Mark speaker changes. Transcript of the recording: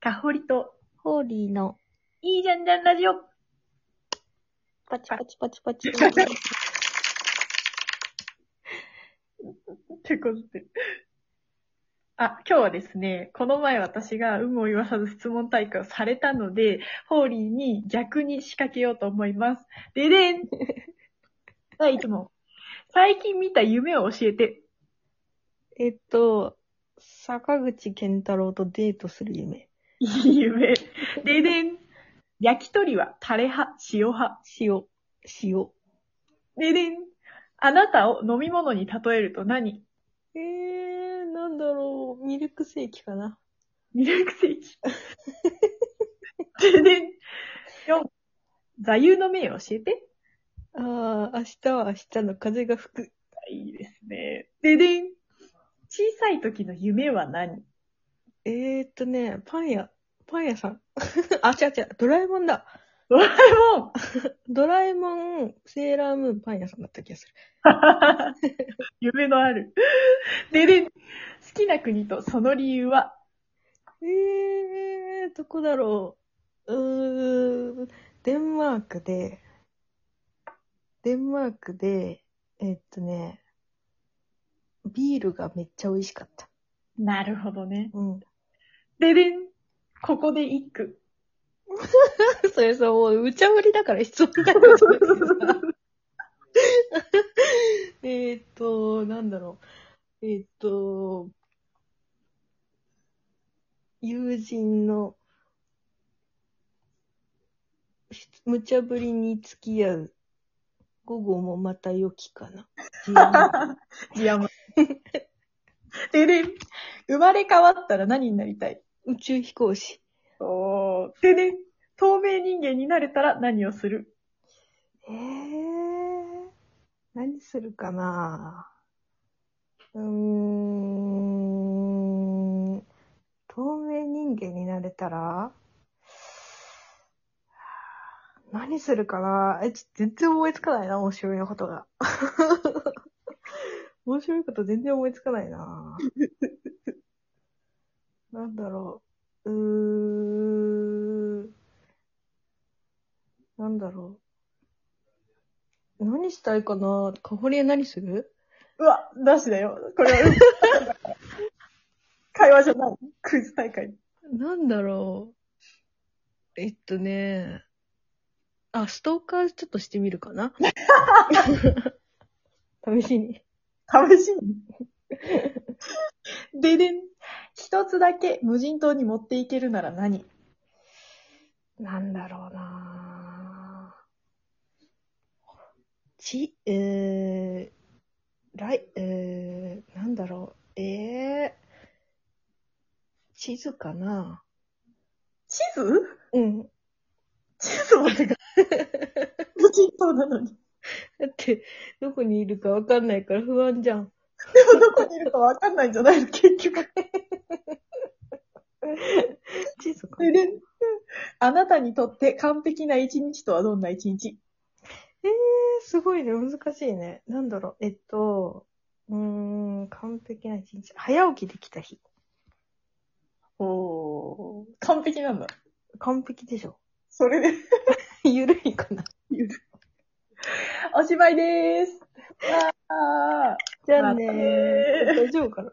Speaker 1: かほりと、
Speaker 2: ホーリーの、
Speaker 1: いいじゃんじゃんラジオ。
Speaker 2: パチパチパチパ チ。
Speaker 1: ってことで。あ、今日はですね、この前私が有無を言わさず質問大会をされたので、ホーリーに逆に仕掛けようと思います。ででん第1問。最近見た夢を教えて。
Speaker 2: えっと、坂口健太郎とデートする夢。
Speaker 1: いい夢。ででん。焼き鳥はタレ派、塩派。
Speaker 2: 塩、塩。
Speaker 1: ででん。あなたを飲み物に例えると何
Speaker 2: えー、なんだろう、ミルクセーキかな。
Speaker 1: ミルクセーキ。ででん。4。座右の銘を教えて。
Speaker 2: あー、明日は明日の風が吹く。
Speaker 1: いいですね。ででん。小さい時の夢は何
Speaker 2: えーっとね、パン屋、パン屋さん。 あ、違う違う、ドラえもんだ。
Speaker 1: ドラえもん
Speaker 2: ドラえもん、セーラームーンパン屋さんだった気がする。
Speaker 1: 夢のある。ででん。好きな国とその理由は
Speaker 2: えー、どこだろう。うーん、デンマークで、デンマークで、えっとね、ビールがめっちゃ美味しかった。
Speaker 1: なるほどね。
Speaker 2: うん。
Speaker 1: ででん。ここで一句。
Speaker 2: それさ、もう、無茶ぶりだから質問だ えっと、なんだろう。えっと、友人の、し無茶ぶりに付き合う。午後もまた良きかな。
Speaker 1: いや、もう。 ででん。生まれ変わったら何になりたい
Speaker 2: 宇宙飛行士。
Speaker 1: おー。ででん。透明人間になれたら何をする
Speaker 2: えー、何するかなうーん、透明人間になれたら何するかなえ、ちょ全然思いつかないな、面白いことが。 面白いこと全然思いつかないな。なんだろう。うーん。なんだろう。何したいかなカホリエ何する
Speaker 1: うわ、なしだよ。これは。 会話じゃない。クイズ大会。
Speaker 2: なんだろう。えっとね。あ、ストーカーちょっとしてみるかな 試しに。
Speaker 1: 試 しに。ででん。一つだけ無人島に持っていけるなら何
Speaker 2: なんだろうなち、えー、らい、えー、なんだろう。えー、地図かな
Speaker 1: 地図
Speaker 2: うん。だ
Speaker 1: 地図持って く無人島なのに。で
Speaker 2: って、どこにいるかわかんないから不安じゃん。
Speaker 1: もどこにいるかわかんないんじゃないの結局。
Speaker 2: 地図かな
Speaker 1: ででん。あなたにとって完璧な一日とはどんな一日
Speaker 2: ええすごいね。難しいね。なんだろう。えっと、うーん、完璧な一日。早起きできた日。
Speaker 1: おー。完璧なんだ。
Speaker 2: 完璧でしょ。
Speaker 1: それで。
Speaker 2: ゆるいかな。
Speaker 1: おしまいでーす。あー。
Speaker 2: じゃあ
Speaker 1: また
Speaker 2: ね
Speaker 1: ねー
Speaker 2: ー。大丈夫かな